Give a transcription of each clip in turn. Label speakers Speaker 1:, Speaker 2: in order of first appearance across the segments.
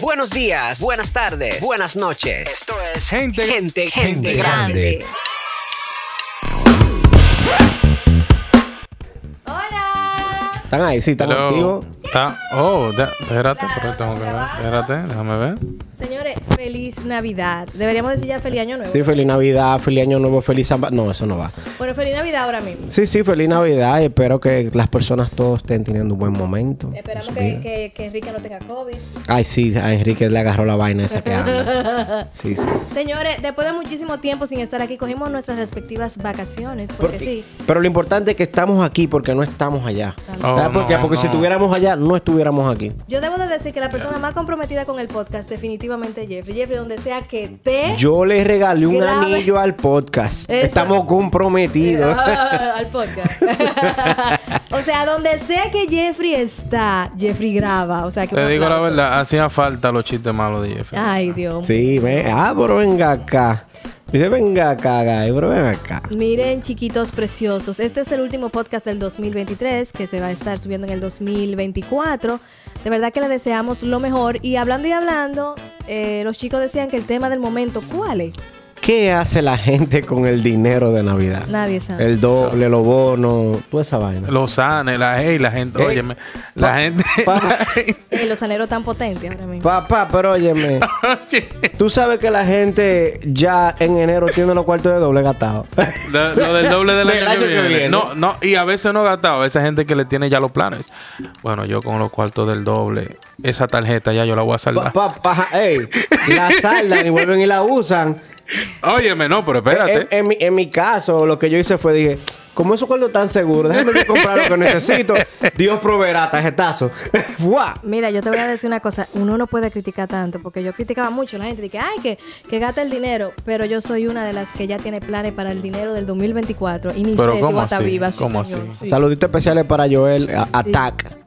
Speaker 1: Buenos días, buenas tardes, buenas noches. Esto es
Speaker 2: Gente-
Speaker 1: gente, gente,
Speaker 2: Gente
Speaker 1: grande.
Speaker 2: grande.
Speaker 3: Hola.
Speaker 4: ¿Están ahí? Sí, están
Speaker 2: Hello.
Speaker 4: activos.
Speaker 2: Ta- oh, da- espérate, espérate, tengo que ver. Espérate, déjame ver.
Speaker 3: Señores, feliz Navidad. Deberíamos decir ya feliz año nuevo.
Speaker 4: Sí, feliz Navidad, feliz Año Nuevo, feliz San... No, eso no va.
Speaker 3: Bueno, feliz Navidad ahora mismo.
Speaker 4: Sí, sí, feliz Navidad. y Espero que las personas todos estén teniendo un buen momento. en
Speaker 3: Esperamos
Speaker 4: su
Speaker 3: que,
Speaker 4: vida.
Speaker 3: que, que Enrique no tenga COVID.
Speaker 4: Ay, sí, a Enrique le agarró la vaina esa que anda. Sí, sí.
Speaker 3: Señores, después de muchísimo tiempo sin estar aquí, cogimos nuestras respectivas vacaciones. Porque
Speaker 4: Porque-
Speaker 3: sí. Ah.
Speaker 4: Pero lo importante es que estamos aquí porque no estamos allá.
Speaker 2: Oh,
Speaker 4: ¿Sabes por qué?
Speaker 2: no,
Speaker 4: Porque si
Speaker 2: no.
Speaker 4: estuviéramos allá, no estuviéramos aquí.
Speaker 3: Yo debo de decir que la persona más comprometida con el podcast definitivamente es Jeffrey. Jeffrey, donde sea que te...
Speaker 4: Yo le regalé un
Speaker 3: Grave.
Speaker 4: anillo al podcast.
Speaker 3: Eso.
Speaker 4: Estamos comprometidos.
Speaker 3: al podcast. o sea, donde sea que Jeffrey está, Jeffrey graba. O sea, que
Speaker 2: Te
Speaker 3: un
Speaker 2: digo la
Speaker 3: aplauso.
Speaker 2: verdad, hacía falta los chistes malos de Jeff.
Speaker 3: Ay, Dios.
Speaker 4: Sí, ven. Ah, pero venga acá. Dice, venga acá, guy, pero ven acá.
Speaker 3: Miren, chiquitos preciosos, este es el último podcast del 2023 que se va a estar subiendo en el 2024. De verdad que le deseamos lo mejor. Y hablando y hablando, eh, los chicos decían que el tema del momento, ¿cuál es?
Speaker 4: ¿Qué hace la gente con el dinero de Navidad?
Speaker 3: Nadie sabe.
Speaker 4: El doble, los bonos, toda esa vaina.
Speaker 2: Los sanes, la, hey, la gente,
Speaker 4: Ey,
Speaker 2: óyeme, la gente,
Speaker 4: pa-
Speaker 2: la gente-
Speaker 3: Eh, los saneros tan potentes ahora mismo.
Speaker 4: Papá, pero óyeme,
Speaker 2: oye,
Speaker 4: tú sabes que la gente ya en enero tiene los cuartos de doble gastado.
Speaker 2: lo, lo del doble del, año, que viene.
Speaker 4: viene.
Speaker 2: No, no, y a veces no gastado, esa gente que le tiene ya los planes. Bueno, yo con los cuartos del doble, esa tarjeta ya yo la voy a saldar.
Speaker 4: Papá, ey, la saldan y vuelven y la usan.
Speaker 2: Óyeme, no, pero
Speaker 4: En,
Speaker 2: espérate.
Speaker 4: en mi, en mi caso, lo que yo hice fue dije, como esos cuartos están seguros, déjame yo comprar lo que necesito. Dios proveerá, tarjetazo. ¡Fua!
Speaker 3: Mira, yo te voy a decir una cosa, uno no puede criticar tanto, porque yo criticaba mucho a la gente, de que, ay, que, que gasta el dinero, pero yo soy una de las que ya tiene planes para el dinero del 2024 y ni
Speaker 2: Pero
Speaker 3: sé si
Speaker 2: ¿cómo
Speaker 3: está
Speaker 2: así?
Speaker 3: viva. sí,
Speaker 2: ¿Cómo
Speaker 3: señor,
Speaker 2: así?
Speaker 3: sí.
Speaker 4: Saluditos especiales para Joel a- Attack.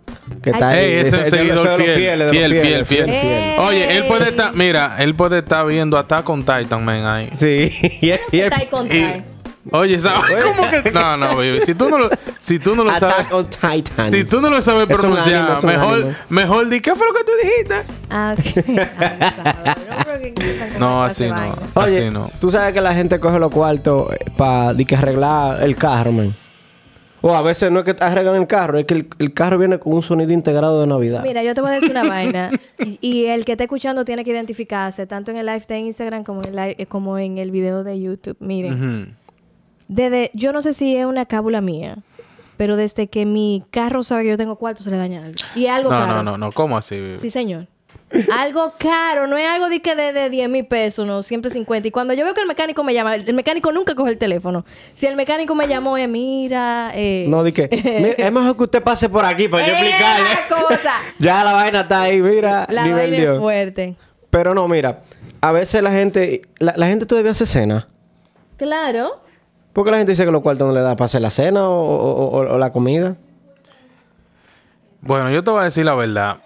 Speaker 4: Que está
Speaker 3: Ay,
Speaker 4: ahí.
Speaker 2: Ey, ese es un
Speaker 4: Ese- ese-
Speaker 2: seguidor
Speaker 4: ese de los
Speaker 2: fiel,
Speaker 4: fieles, de los
Speaker 2: fiel,
Speaker 4: fieles,
Speaker 2: fiel,
Speaker 3: fiel. ¡Ey!
Speaker 2: Oye, él puede estar, mira, él puede estar viendo hasta con Titan Man ahí.
Speaker 4: Sí, y él- y él-
Speaker 3: Está ahí con
Speaker 2: Y-
Speaker 3: trae.
Speaker 2: oye, ¿sabes cómo que? No, no, baby. Si tú no lo, si tú no lo sabes,
Speaker 4: Attack on Titan.
Speaker 2: si tú no lo sabes
Speaker 4: Es un anime,
Speaker 2: pronunciar,
Speaker 4: es un
Speaker 2: mejor,
Speaker 4: anime.
Speaker 2: mejor di qué fue lo que tú dijiste.
Speaker 3: Ah, ok. Ah, no, pero que- que están con
Speaker 2: No,
Speaker 3: esa clase
Speaker 2: así
Speaker 3: de
Speaker 2: no.
Speaker 3: vaina.
Speaker 4: Oye,
Speaker 2: Así no.
Speaker 4: tú sabes que la gente coge los cuartos eh, para arreglar el carro, man. O a veces no es que arreglan el carro, es que el, el carro viene con un sonido integrado de Navidad.
Speaker 3: Mira, yo te voy a decir una vaina. Y, y el que está escuchando tiene que identificarse, tanto en el live de Instagram como en, live- eh, como en el video de YouTube. Miren,
Speaker 2: Ujú.
Speaker 3: desde, yo no sé si es una cábula mía, pero desde que mi carro sabe que yo tengo cuarto, se le daña algo. Y es algo
Speaker 2: No,
Speaker 3: caro.
Speaker 2: no, no, no. ¿Cómo así? baby?
Speaker 3: Sí, señor. Algo caro, no es algo de que de, de 10 mil pesos, no, siempre 50. Y cuando yo veo que el mecánico me llama, el mecánico nunca coge el teléfono. Si el mecánico me llamó, es mira. Eh,
Speaker 4: No, di que. "Mira, es mejor que usted pase por aquí para yo
Speaker 3: ¡Eh,
Speaker 4: explicarle.
Speaker 3: la cosa!
Speaker 4: ya la vaina está ahí, mira.
Speaker 3: La
Speaker 4: nivel
Speaker 3: vaina es
Speaker 4: Dios.
Speaker 3: fuerte.
Speaker 4: Pero no, mira. A veces la gente. La, la gente todavía hace cena.
Speaker 3: Claro.
Speaker 4: ¿Por qué la gente dice que los cuartos no le da para hacer la cena o, o- o- o la comida?
Speaker 2: Bueno, yo te voy a decir la verdad.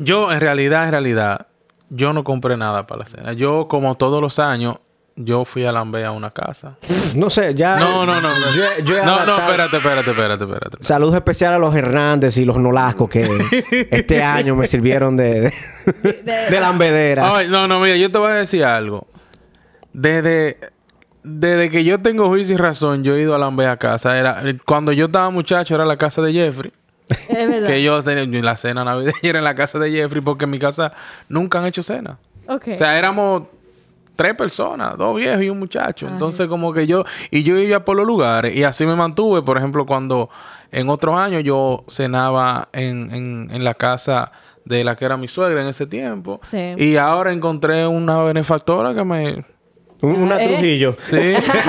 Speaker 2: Yo, en realidad, en realidad, yo no compré nada para la cena. Yo, como todos los años, yo fui a Lambé a una casa.
Speaker 4: No sé, ya.
Speaker 2: No, no, no. No,
Speaker 4: Yo, yo he
Speaker 2: no, no,
Speaker 4: adaptado-
Speaker 2: espérate, espérate, espérate, espérate.
Speaker 4: Saludos especial a los Hernández y los Nolascos que este año me sirvieron de, de,
Speaker 3: de-
Speaker 4: de lambedera.
Speaker 2: Ay, no, no, mira, yo te voy a decir algo. Desde, desde que yo tengo juicio y razón, yo he ido a Lambe a casa. Era, cuando yo estaba muchacho, era la casa de Jeffrey.
Speaker 3: Es verdad.
Speaker 2: Que yo tenía yo- la cena navideña era en la casa de Jeffrey, porque en mi casa nunca han hecho cena.
Speaker 3: Ok.
Speaker 2: O sea, éramos tres personas, dos viejos y un muchacho. Entonces, como que yo, y yo iba por los lugares, y así me mantuve. Por ejemplo, cuando en otros años yo cenaba en, en- en la casa de la que era mi suegra en ese tiempo.
Speaker 3: Sí.
Speaker 2: Y ahora encontré una benefactora que me.
Speaker 4: Un- Una
Speaker 3: Eh.
Speaker 4: Trujillo.
Speaker 2: Sí,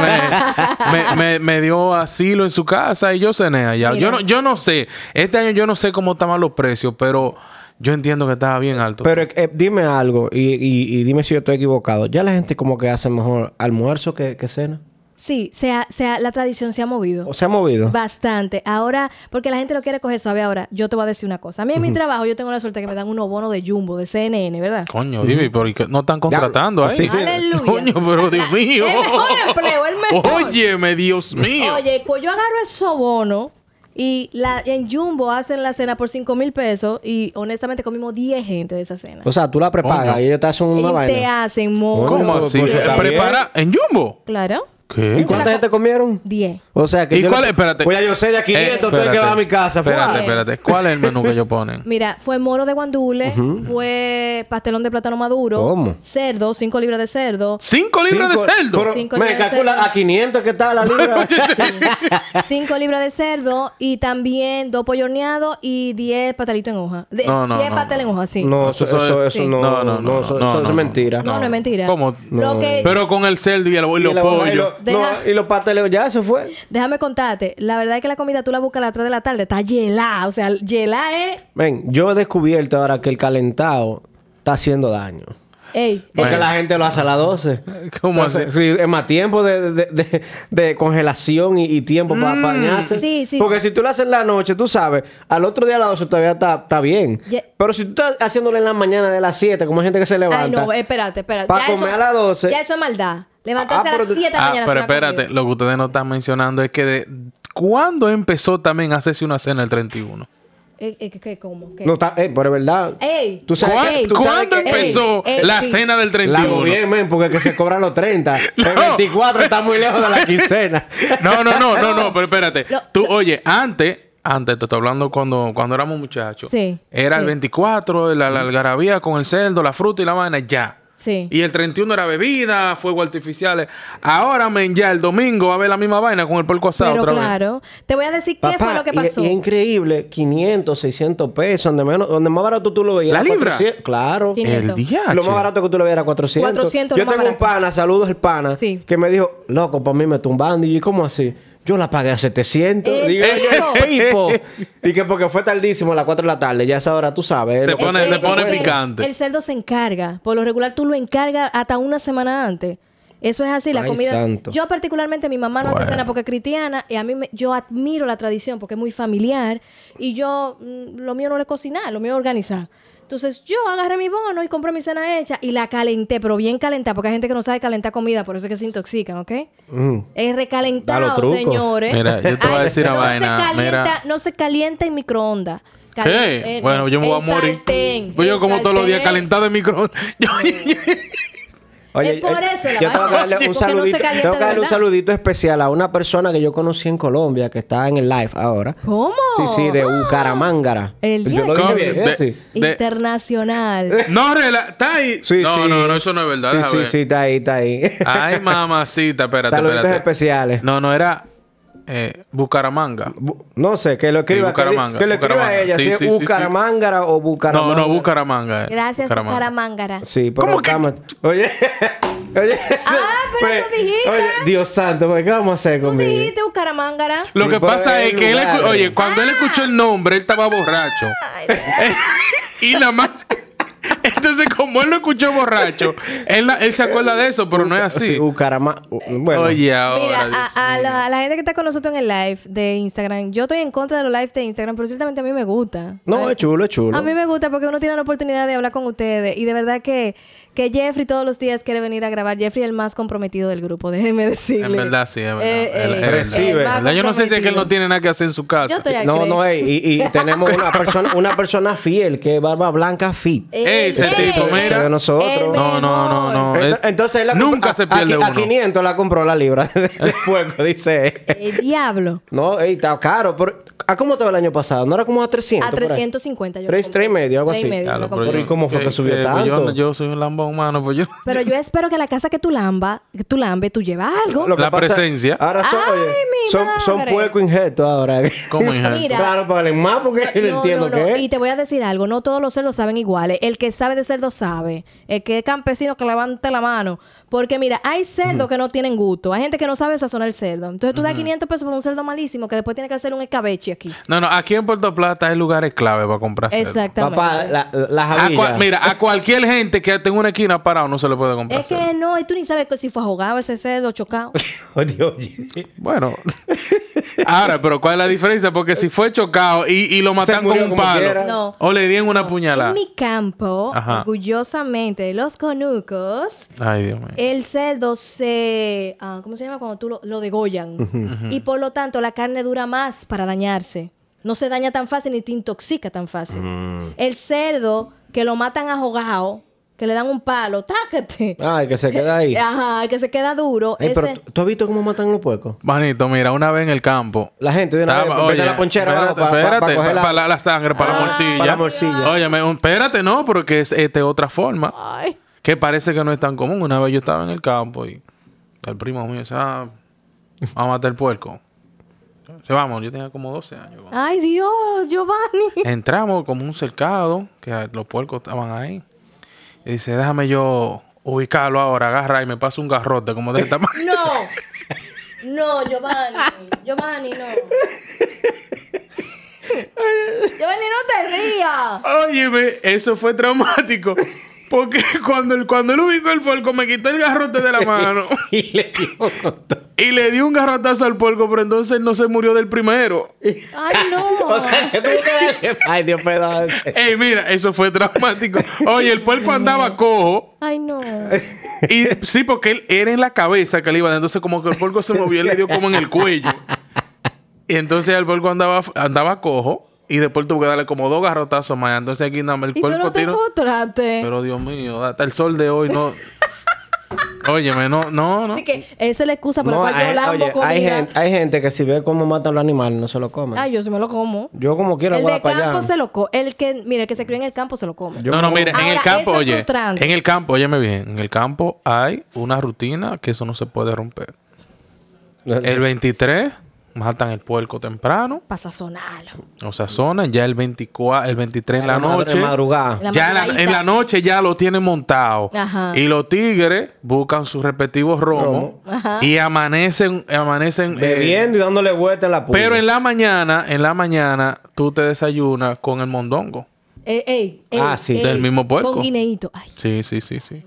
Speaker 2: me, me- me- me dio asilo en su casa y yo cené allá.
Speaker 3: Mira.
Speaker 2: Yo no, yo no sé, este año yo no sé cómo estaban los precios, pero yo entiendo que estaba bien alto.
Speaker 4: Pero eh, dime algo y, y- y dime si yo estoy equivocado. Ya la gente como que hace mejor almuerzo que, que cena.
Speaker 3: Sí, se ha- se ha- la tradición se ha movido.
Speaker 4: ¿O se ha movido?
Speaker 3: Bastante. Ahora, porque la gente lo quiere coger suave ahora, yo te voy a decir una cosa. A mí en mi trabajo yo tengo la suerte que me dan unos bonos de Jumbo, de CNN, ¿verdad?
Speaker 2: Coño, Vivi, pero ¿y qué- no están contratando
Speaker 4: Ya,
Speaker 2: ahí.
Speaker 4: sí, sí.
Speaker 3: Aleluya.
Speaker 2: Coño, pero Dios
Speaker 3: La-
Speaker 2: mío.
Speaker 3: el mejor empleo, el mejor.
Speaker 2: Óyeme, Dios mío.
Speaker 3: Oye, pues yo agarro esos bonos Y la, en Jumbo hacen la cena por 5 mil pesos y honestamente comimos 10 gente de esa cena.
Speaker 4: O sea, tú la prepagas
Speaker 2: Coño.
Speaker 4: y ellos te hacen una
Speaker 3: Ellos te
Speaker 4: vaina.
Speaker 3: hacen
Speaker 4: Coño.
Speaker 3: mono.
Speaker 2: ¿Cómo
Speaker 4: pues,
Speaker 2: así?
Speaker 4: pues, está bien.
Speaker 2: ¿Prepara en Jumbo?
Speaker 3: Claro,
Speaker 4: ¿Y
Speaker 2: ¿Qué?
Speaker 4: cuánta gente comieron?
Speaker 3: 10.
Speaker 4: O sea, que
Speaker 2: ¿Y
Speaker 4: yo
Speaker 2: cuál
Speaker 4: le-
Speaker 2: es? Espérate. Eh,
Speaker 4: Pues ya yo sé de a 500, tengo que
Speaker 2: Espérate.
Speaker 4: va a mi casa.
Speaker 2: Espérate,
Speaker 4: fuá.
Speaker 2: espérate. ¿Cuál es el menú que ellos ponen?
Speaker 3: Mira, fue moro de guandule, fue pastelón de plátano maduro,
Speaker 4: ¿Cómo?
Speaker 3: cerdo, 5 libras de cerdo,
Speaker 2: ¿Cinco libras
Speaker 4: Cinco-
Speaker 2: de cerdo?
Speaker 4: pero
Speaker 3: Cinco
Speaker 4: me
Speaker 3: libras de
Speaker 4: calcula
Speaker 3: cerdo.
Speaker 4: a 500 que está la libra.
Speaker 3: 5 libras de cerdo y también dos pollo horneado y 10 patalitos en hoja. De,
Speaker 2: No, no,
Speaker 3: 10
Speaker 2: no,
Speaker 3: patel
Speaker 2: no.
Speaker 3: en hoja, sí.
Speaker 4: No, eso,
Speaker 2: Eso
Speaker 4: eso,
Speaker 2: es-
Speaker 4: eso
Speaker 3: sí.
Speaker 4: no, no,
Speaker 2: No, no, no,
Speaker 4: eso,
Speaker 2: no,
Speaker 4: eso
Speaker 2: no,
Speaker 4: es
Speaker 2: no.
Speaker 4: mentira.
Speaker 3: No, no es mentira.
Speaker 2: ¿Cómo?
Speaker 3: Lo que-
Speaker 2: Pero con el cerdo y, el, y
Speaker 4: Y
Speaker 2: los
Speaker 4: la- y
Speaker 2: pollos.
Speaker 4: lo-
Speaker 3: Deja-
Speaker 4: no, y los pasteles, ya se fue.
Speaker 3: Déjame contarte, la verdad es que la comida tú la buscas a las 3 de la tarde, está hielada. O sea, hielada es.
Speaker 4: Ven, yo he descubierto ahora que el calentado está haciendo daño.
Speaker 3: Ey, eh,
Speaker 4: Porque
Speaker 2: Bueno.
Speaker 4: la gente lo hace a las 12.
Speaker 2: ¿Cómo
Speaker 4: Entonces,
Speaker 2: así?
Speaker 4: sí, es más tiempo de, de- de- de congelación y, y tiempo para
Speaker 2: Mm.
Speaker 4: bañarse.
Speaker 3: Sí, sí.
Speaker 4: Porque si tú lo haces en la noche, tú sabes, al otro día a las 12 todavía está, está bien.
Speaker 3: Ye-
Speaker 4: Pero si tú estás haciéndolo en la mañana de las 7, como hay gente que se
Speaker 3: Ay,
Speaker 4: levanta.
Speaker 3: no, espérate, espérate.
Speaker 4: Pa'
Speaker 3: Ya eso-
Speaker 4: comer a las 12.
Speaker 3: Ya eso es maldad. Levantarse
Speaker 4: Ah,
Speaker 3: a
Speaker 4: pero
Speaker 3: las
Speaker 4: tú-
Speaker 3: 7 de la
Speaker 2: Ah,
Speaker 3: mañana.
Speaker 2: pero
Speaker 3: a hacer una
Speaker 2: espérate,
Speaker 3: comida.
Speaker 2: lo que ustedes no están mencionando es que de cuándo empezó también a hacerse una cena el 31.
Speaker 3: Eh, eh, ¿qué- qué- ¿Cómo? ¿Qué?
Speaker 4: No está, eh, pero es verdad.
Speaker 3: Ey,
Speaker 4: Tú sabes-
Speaker 2: ¿Cuán-
Speaker 4: Ey, tú sabes
Speaker 2: ¿Cuándo
Speaker 4: que-
Speaker 2: empezó
Speaker 3: ey, ey,
Speaker 2: la
Speaker 3: sí.
Speaker 2: cena del
Speaker 4: La
Speaker 2: 31?
Speaker 4: hago bien, men, porque que se cobran los 30. El
Speaker 2: No.
Speaker 4: 24 está muy lejos de la quincena.
Speaker 2: No, no, no, no, no, pero espérate.
Speaker 3: Lo-
Speaker 2: Tú, oye, antes, antes te estoy hablando cuando, cuando éramos muchachos.
Speaker 3: Sí,
Speaker 2: Era el
Speaker 3: sí.
Speaker 2: 24, la, la algarabía con el cerdo, la fruta y la vaina, ya.
Speaker 3: Sí.
Speaker 2: Y el 31 era bebida, fuegos artificiales. Ahora, men, ya el domingo va a haber la misma vaina con el puerco asado
Speaker 3: Pero
Speaker 2: otra vez.
Speaker 3: claro, te voy a decir qué fue lo que
Speaker 4: y-
Speaker 3: pasó.
Speaker 4: Y, es increíble, 500, 600 pesos, donde, menos, donde más barato tú lo veías.
Speaker 2: ¿La
Speaker 4: era
Speaker 2: libra?
Speaker 4: 400, claro.
Speaker 3: Quin-
Speaker 2: El
Speaker 3: Nieto.
Speaker 2: día.
Speaker 4: Lo más barato que tú lo veías era 400.
Speaker 3: 400
Speaker 4: Yo
Speaker 3: lo más
Speaker 4: tengo un
Speaker 3: barato.
Speaker 4: pana, saludos el pana,
Speaker 3: Sí.
Speaker 4: que me dijo, loco, para mí me tumban. Y yo, ¿cómo así? Yo la pagué a 700.
Speaker 3: El
Speaker 4: Digo, yo,
Speaker 2: tipo.
Speaker 4: pipo. Y que porque fue tardísimo, a las 4 de la tarde, ya a esa hora tú sabes.
Speaker 2: Se
Speaker 4: lo que-
Speaker 2: pone-
Speaker 3: Es
Speaker 2: se
Speaker 3: que-
Speaker 2: pone
Speaker 3: es que
Speaker 2: picante.
Speaker 3: El cerdo se encarga. Por lo regular tú lo encargas hasta una semana antes. Eso es así, la
Speaker 4: Ay,
Speaker 3: comida.
Speaker 4: santo.
Speaker 3: Yo particularmente mi mamá no
Speaker 2: Bueno.
Speaker 3: hace cena porque es cristiana y a mí me- yo admiro la tradición porque es muy familiar y yo mm, lo mío no es cocinar, lo mío es organizar. Entonces yo agarré mi bono y compré mi cena hecha y la calenté, pero bien calentada, porque hay gente que no sabe calentar comida, por eso es que se intoxican, ¿ok?
Speaker 4: Mm. Da
Speaker 3: Es
Speaker 4: los
Speaker 3: recalentado,
Speaker 4: trucos.
Speaker 3: señores.
Speaker 2: Mira, yo te voy a
Speaker 3: Ay,
Speaker 2: decir una
Speaker 3: no
Speaker 2: vaina,
Speaker 3: Se calienta,
Speaker 2: mira.
Speaker 3: No se calienta en microondas.
Speaker 2: ¿Qué?
Speaker 3: Cali- eh,
Speaker 2: bueno,
Speaker 3: no,
Speaker 2: yo me voy a
Speaker 3: en
Speaker 2: morir.
Speaker 3: sartén,
Speaker 2: Pues yo
Speaker 3: en
Speaker 2: como todos los días
Speaker 3: sartén.
Speaker 2: calentado en microondas. Yo-
Speaker 3: Es por eso la
Speaker 4: eh, yo tengo que
Speaker 3: vaina.
Speaker 4: darle un
Speaker 3: Porque no se
Speaker 4: saludito,
Speaker 3: calienta
Speaker 4: tengo que
Speaker 3: de
Speaker 4: darle un
Speaker 3: verdad.
Speaker 4: saludito especial a una persona que yo conocí en Colombia que está en el live ahora.
Speaker 3: ¿Cómo?
Speaker 4: Sí, sí, de
Speaker 3: Ah,
Speaker 4: Bucaramangara.
Speaker 3: El
Speaker 4: yo lo
Speaker 3: diablo.
Speaker 4: dije bien, ¿eh?
Speaker 2: De-
Speaker 4: sí.
Speaker 2: de-
Speaker 3: Internacional.
Speaker 2: no, rela- está ahí.
Speaker 4: Sí,
Speaker 2: no,
Speaker 4: sí.
Speaker 2: no, no, eso no es verdad.
Speaker 4: Sí,
Speaker 2: deja
Speaker 4: sí,
Speaker 2: ver.
Speaker 4: sí, está ahí, está ahí.
Speaker 2: Ay, mamacita, espérate,
Speaker 4: Saluditos
Speaker 2: espérate.
Speaker 4: especiales.
Speaker 2: No, no, era eh, Bucaramanga.
Speaker 4: Bu- No sé, que lo escriba. que di-
Speaker 2: Bucaramanga,
Speaker 4: que lo escriba
Speaker 2: Bucaramanga.
Speaker 4: ella,
Speaker 2: Sí,
Speaker 4: si es
Speaker 2: sí, sí, sí.
Speaker 4: Bucaramangara o Bucaramanga.
Speaker 2: No, no, Bucaramanga. eh,
Speaker 3: Gracias, Caramángara.
Speaker 4: Sí, pero
Speaker 2: ¿Cómo que-
Speaker 4: estamos- Oye, oye. Pues,
Speaker 3: Ah, pero tú dijiste.
Speaker 4: Oye, Dios santo, pues, ¿qué vamos a hacer
Speaker 3: Tú
Speaker 4: conmigo?
Speaker 3: dijiste Bucaramangara.
Speaker 2: Lo
Speaker 4: Sí,
Speaker 2: que
Speaker 4: por
Speaker 2: pasa
Speaker 4: el
Speaker 2: es que él,
Speaker 4: lugar.
Speaker 2: escu- oye, cuando él escuchó el nombre, él estaba borracho. Eh, y nada más. Entonces, como él lo escuchó borracho, él, na- él se acuerda de eso, pero no es
Speaker 4: Sí,
Speaker 2: así.
Speaker 4: Bucaramanga.
Speaker 3: Eh,
Speaker 4: Bueno.
Speaker 2: Oye, ahora.
Speaker 3: Mira,
Speaker 2: Dios
Speaker 3: a, a
Speaker 2: mío.
Speaker 3: la, a la gente que está con nosotros en el live de Instagram, yo estoy en contra de los live de Instagram, pero ciertamente a mí me gusta.
Speaker 4: No,
Speaker 3: ¿sabes?
Speaker 4: es chulo, es chulo.
Speaker 3: A mí me gusta porque uno tiene la oportunidad de hablar con ustedes y de verdad que, que Jeffrey todos los días quiere venir a grabar. Jeffrey es el más comprometido del grupo, déjeme decirle.
Speaker 2: En verdad, sí, es verdad.
Speaker 3: Eh,
Speaker 2: Él-
Speaker 3: eh,
Speaker 2: él-
Speaker 4: Recibe.
Speaker 2: él-
Speaker 3: más
Speaker 2: Yo no sé si es que él no
Speaker 3: comprometido.
Speaker 2: tiene nada que hacer en su casa.
Speaker 3: Yo estoy al
Speaker 4: No,
Speaker 3: crey.
Speaker 4: no, ey, y, y tenemos una persona, una persona fiel que es Barba Blanca Fit.
Speaker 2: Ese
Speaker 3: Ey,
Speaker 2: tipo,
Speaker 3: ey,
Speaker 2: mira.
Speaker 4: de nosotros.
Speaker 3: el
Speaker 2: No, no, no,
Speaker 3: mejor.
Speaker 2: no.
Speaker 4: Ento-
Speaker 2: es-
Speaker 4: Entonces él la
Speaker 2: nunca
Speaker 4: compró-
Speaker 2: se pierde
Speaker 4: a, qui- a
Speaker 2: uno.
Speaker 4: 500 la compró la libra de, de fuego, dice él.
Speaker 3: El diablo.
Speaker 4: No, ey, está caro. Pero, ¿A cómo estaba el año pasado? ¿No era como a 300?
Speaker 3: A
Speaker 4: por ahí?
Speaker 3: 350 yo lo
Speaker 4: Tres-
Speaker 3: compré.
Speaker 4: tres y medio, algo
Speaker 3: Tres y
Speaker 4: así.
Speaker 3: medio,
Speaker 2: Claro,
Speaker 3: lo
Speaker 2: pero
Speaker 3: compré.
Speaker 4: compró. ¿Y cómo fue que subió
Speaker 2: pues yo-
Speaker 4: tanto?
Speaker 2: Yo, soy un lamba humano, pues yo.
Speaker 3: Pero yo espero que la casa que tú lamba, que tú lambe, tú llevas algo.
Speaker 4: Lo que
Speaker 2: La presencia.
Speaker 4: Ahora son,
Speaker 3: Ay,
Speaker 4: oye,
Speaker 3: mi
Speaker 4: son, son
Speaker 3: madre.
Speaker 4: puerco injetos ahora.
Speaker 2: ¿Cómo, hija?
Speaker 3: Mira.
Speaker 4: Claro, paguen más porque yo no,
Speaker 3: No,
Speaker 4: entiendo
Speaker 3: no,
Speaker 4: qué
Speaker 3: no.
Speaker 4: es.
Speaker 3: Y te voy a decir algo, no todos los cerdos saben iguales. El que sabe de cerdo sabe. El que es campesino que levante la mano. Porque mira, hay cerdos que no tienen gusto. Hay gente que no sabe sazonar el cerdo. Entonces tú das 500 pesos por un cerdo malísimo que después tiene que hacer un escabeche aquí.
Speaker 2: No, no, aquí en Puerto Plata hay lugares clave para comprar cerdo.
Speaker 3: Exactamente.
Speaker 4: Papá, la,
Speaker 3: eh.
Speaker 4: la, la
Speaker 2: A
Speaker 4: Javilla.
Speaker 2: cual- Ah, mira, a cualquier gente que tenga una esquina parado no se le puede comprar
Speaker 3: es que
Speaker 2: cerdo.
Speaker 3: no, y tú ni sabes que si fue ahogado ese cerdo, chocado.
Speaker 4: Oye, oye.
Speaker 2: Bueno, Ahora, pero ¿cuál es la diferencia? Porque si fue chocado y, y lo matan con
Speaker 4: murió
Speaker 2: un
Speaker 4: como
Speaker 2: palo.
Speaker 4: quiera.
Speaker 3: No.
Speaker 2: O le dieron una
Speaker 3: Ah, En
Speaker 2: puñalada.
Speaker 3: mi campo,
Speaker 2: Ajá.
Speaker 3: orgullosamente, de los conucos,
Speaker 2: Ay, Dios mío.
Speaker 3: el cerdo se... ah, ¿Cómo se llama? Cuando tú lo, lo degollan. Y por lo tanto, la carne dura más para dañarse. No se daña tan fácil ni te intoxica tan fácil.
Speaker 4: Mm.
Speaker 3: El cerdo que lo matan ahogado, que le dan un palo, tácate.
Speaker 4: Ay, que se queda ahí.
Speaker 3: Ajá, que se queda duro.
Speaker 4: Ey, pero
Speaker 3: ese-
Speaker 4: ¿tú- ¿tú has visto cómo matan los puercos?
Speaker 2: Manito, mira, una vez en el campo.
Speaker 4: La gente de una
Speaker 2: Estaba-
Speaker 4: vez, vete a
Speaker 2: oye,
Speaker 4: la ponchera abajo
Speaker 2: espérate,
Speaker 4: pa- pa- pa
Speaker 2: espérate,
Speaker 4: coger
Speaker 2: pa-
Speaker 4: la-
Speaker 2: pa' la, la sangre, para la morcilla.
Speaker 4: pa' la morcilla.
Speaker 2: Oye, me- un- espérate, no, porque es este, otra forma
Speaker 3: Ay.
Speaker 2: que parece que no es tan común. Una vez yo estaba en el campo y el primo mío dice, ah, vamos a matar el puerco. Se vamos, yo tenía como 12 años. vamos.
Speaker 3: Ay, Dios, Giovanni.
Speaker 2: Entramos como un cercado, que los puercos estaban ahí. Y dice, déjame yo ubicarlo ahora, agarra y me pasa un garrote como de este tamaño.
Speaker 3: No. No, Giovanni. Giovanni, no. Giovanni, no te rías.
Speaker 2: Óyeme, eso fue traumático. Porque cuando, el- cuando él ubicó el puerco, me quitó el garrote de la mano
Speaker 4: Y le dio con todo.
Speaker 2: y le dio un garrotazo al puerco, pero entonces no se murió del primero.
Speaker 3: Ay, no.
Speaker 4: O sea, que tuvo que darle- Ay, Dios, perdón.
Speaker 2: Ey, mira, eso fue traumático. Oye, el puerco andaba cojo.
Speaker 3: Ay, no.
Speaker 2: Y sí, porque él era en la cabeza que le iba. Entonces, como que el puerco se movió, él le dio como en el cuello. Y entonces el puerco andaba, andaba cojo. Y después tuvo que darle como dos garrotazos más. Entonces aquí nada más el
Speaker 3: Y tú
Speaker 2: puerco
Speaker 3: no te
Speaker 2: tiró.
Speaker 3: frustraste.
Speaker 2: Pero Dios mío, hasta el sol de hoy no. Óyeme, no, no, no.
Speaker 3: Así que esa es la excusa para
Speaker 4: No,
Speaker 3: la cual yo
Speaker 4: hay,
Speaker 3: lambo
Speaker 4: oye,
Speaker 3: comida.
Speaker 4: hay gente, hay gente que si ve cómo matan a los animales no se lo comen.
Speaker 3: Ay, yo se me lo como.
Speaker 4: Yo como quiera
Speaker 3: El
Speaker 4: voy
Speaker 3: de
Speaker 4: a para
Speaker 3: campo
Speaker 4: allá.
Speaker 3: se lo come. El que, mira, el que se crió en el campo se lo come.
Speaker 4: Yo
Speaker 2: no, no, mira, en el
Speaker 3: Ahora,
Speaker 2: campo,
Speaker 3: eso es
Speaker 2: oye,
Speaker 3: frustrante.
Speaker 2: en el campo, óyeme bien, en el campo hay una rutina que eso no se puede romper.
Speaker 4: Eh,
Speaker 2: El 23 matan el puerco temprano,
Speaker 3: Para sazonarlo.
Speaker 2: o sazonan, ya el 24, el 23 en la
Speaker 4: Madre-
Speaker 2: noche,
Speaker 4: madrugada.
Speaker 3: La
Speaker 2: ya en la- en
Speaker 3: madrugadita.
Speaker 2: la noche ya lo tienen montado.
Speaker 3: Ajá.
Speaker 2: Y los tigres buscan sus respectivos romos
Speaker 4: Romo.
Speaker 3: Ajá.
Speaker 2: y amanecen amanecen eh,
Speaker 4: Bebiendo y dándole vuelta en la puta.
Speaker 2: Pero en la mañana, en la mañana, tú te desayunas con el mondongo.
Speaker 3: Ey, Eh, ey, ey,
Speaker 4: Ah, sí.
Speaker 3: ey,
Speaker 2: Del mismo puerco.
Speaker 3: Con guineíto. Ay,
Speaker 2: Sí, sí, sí, sí.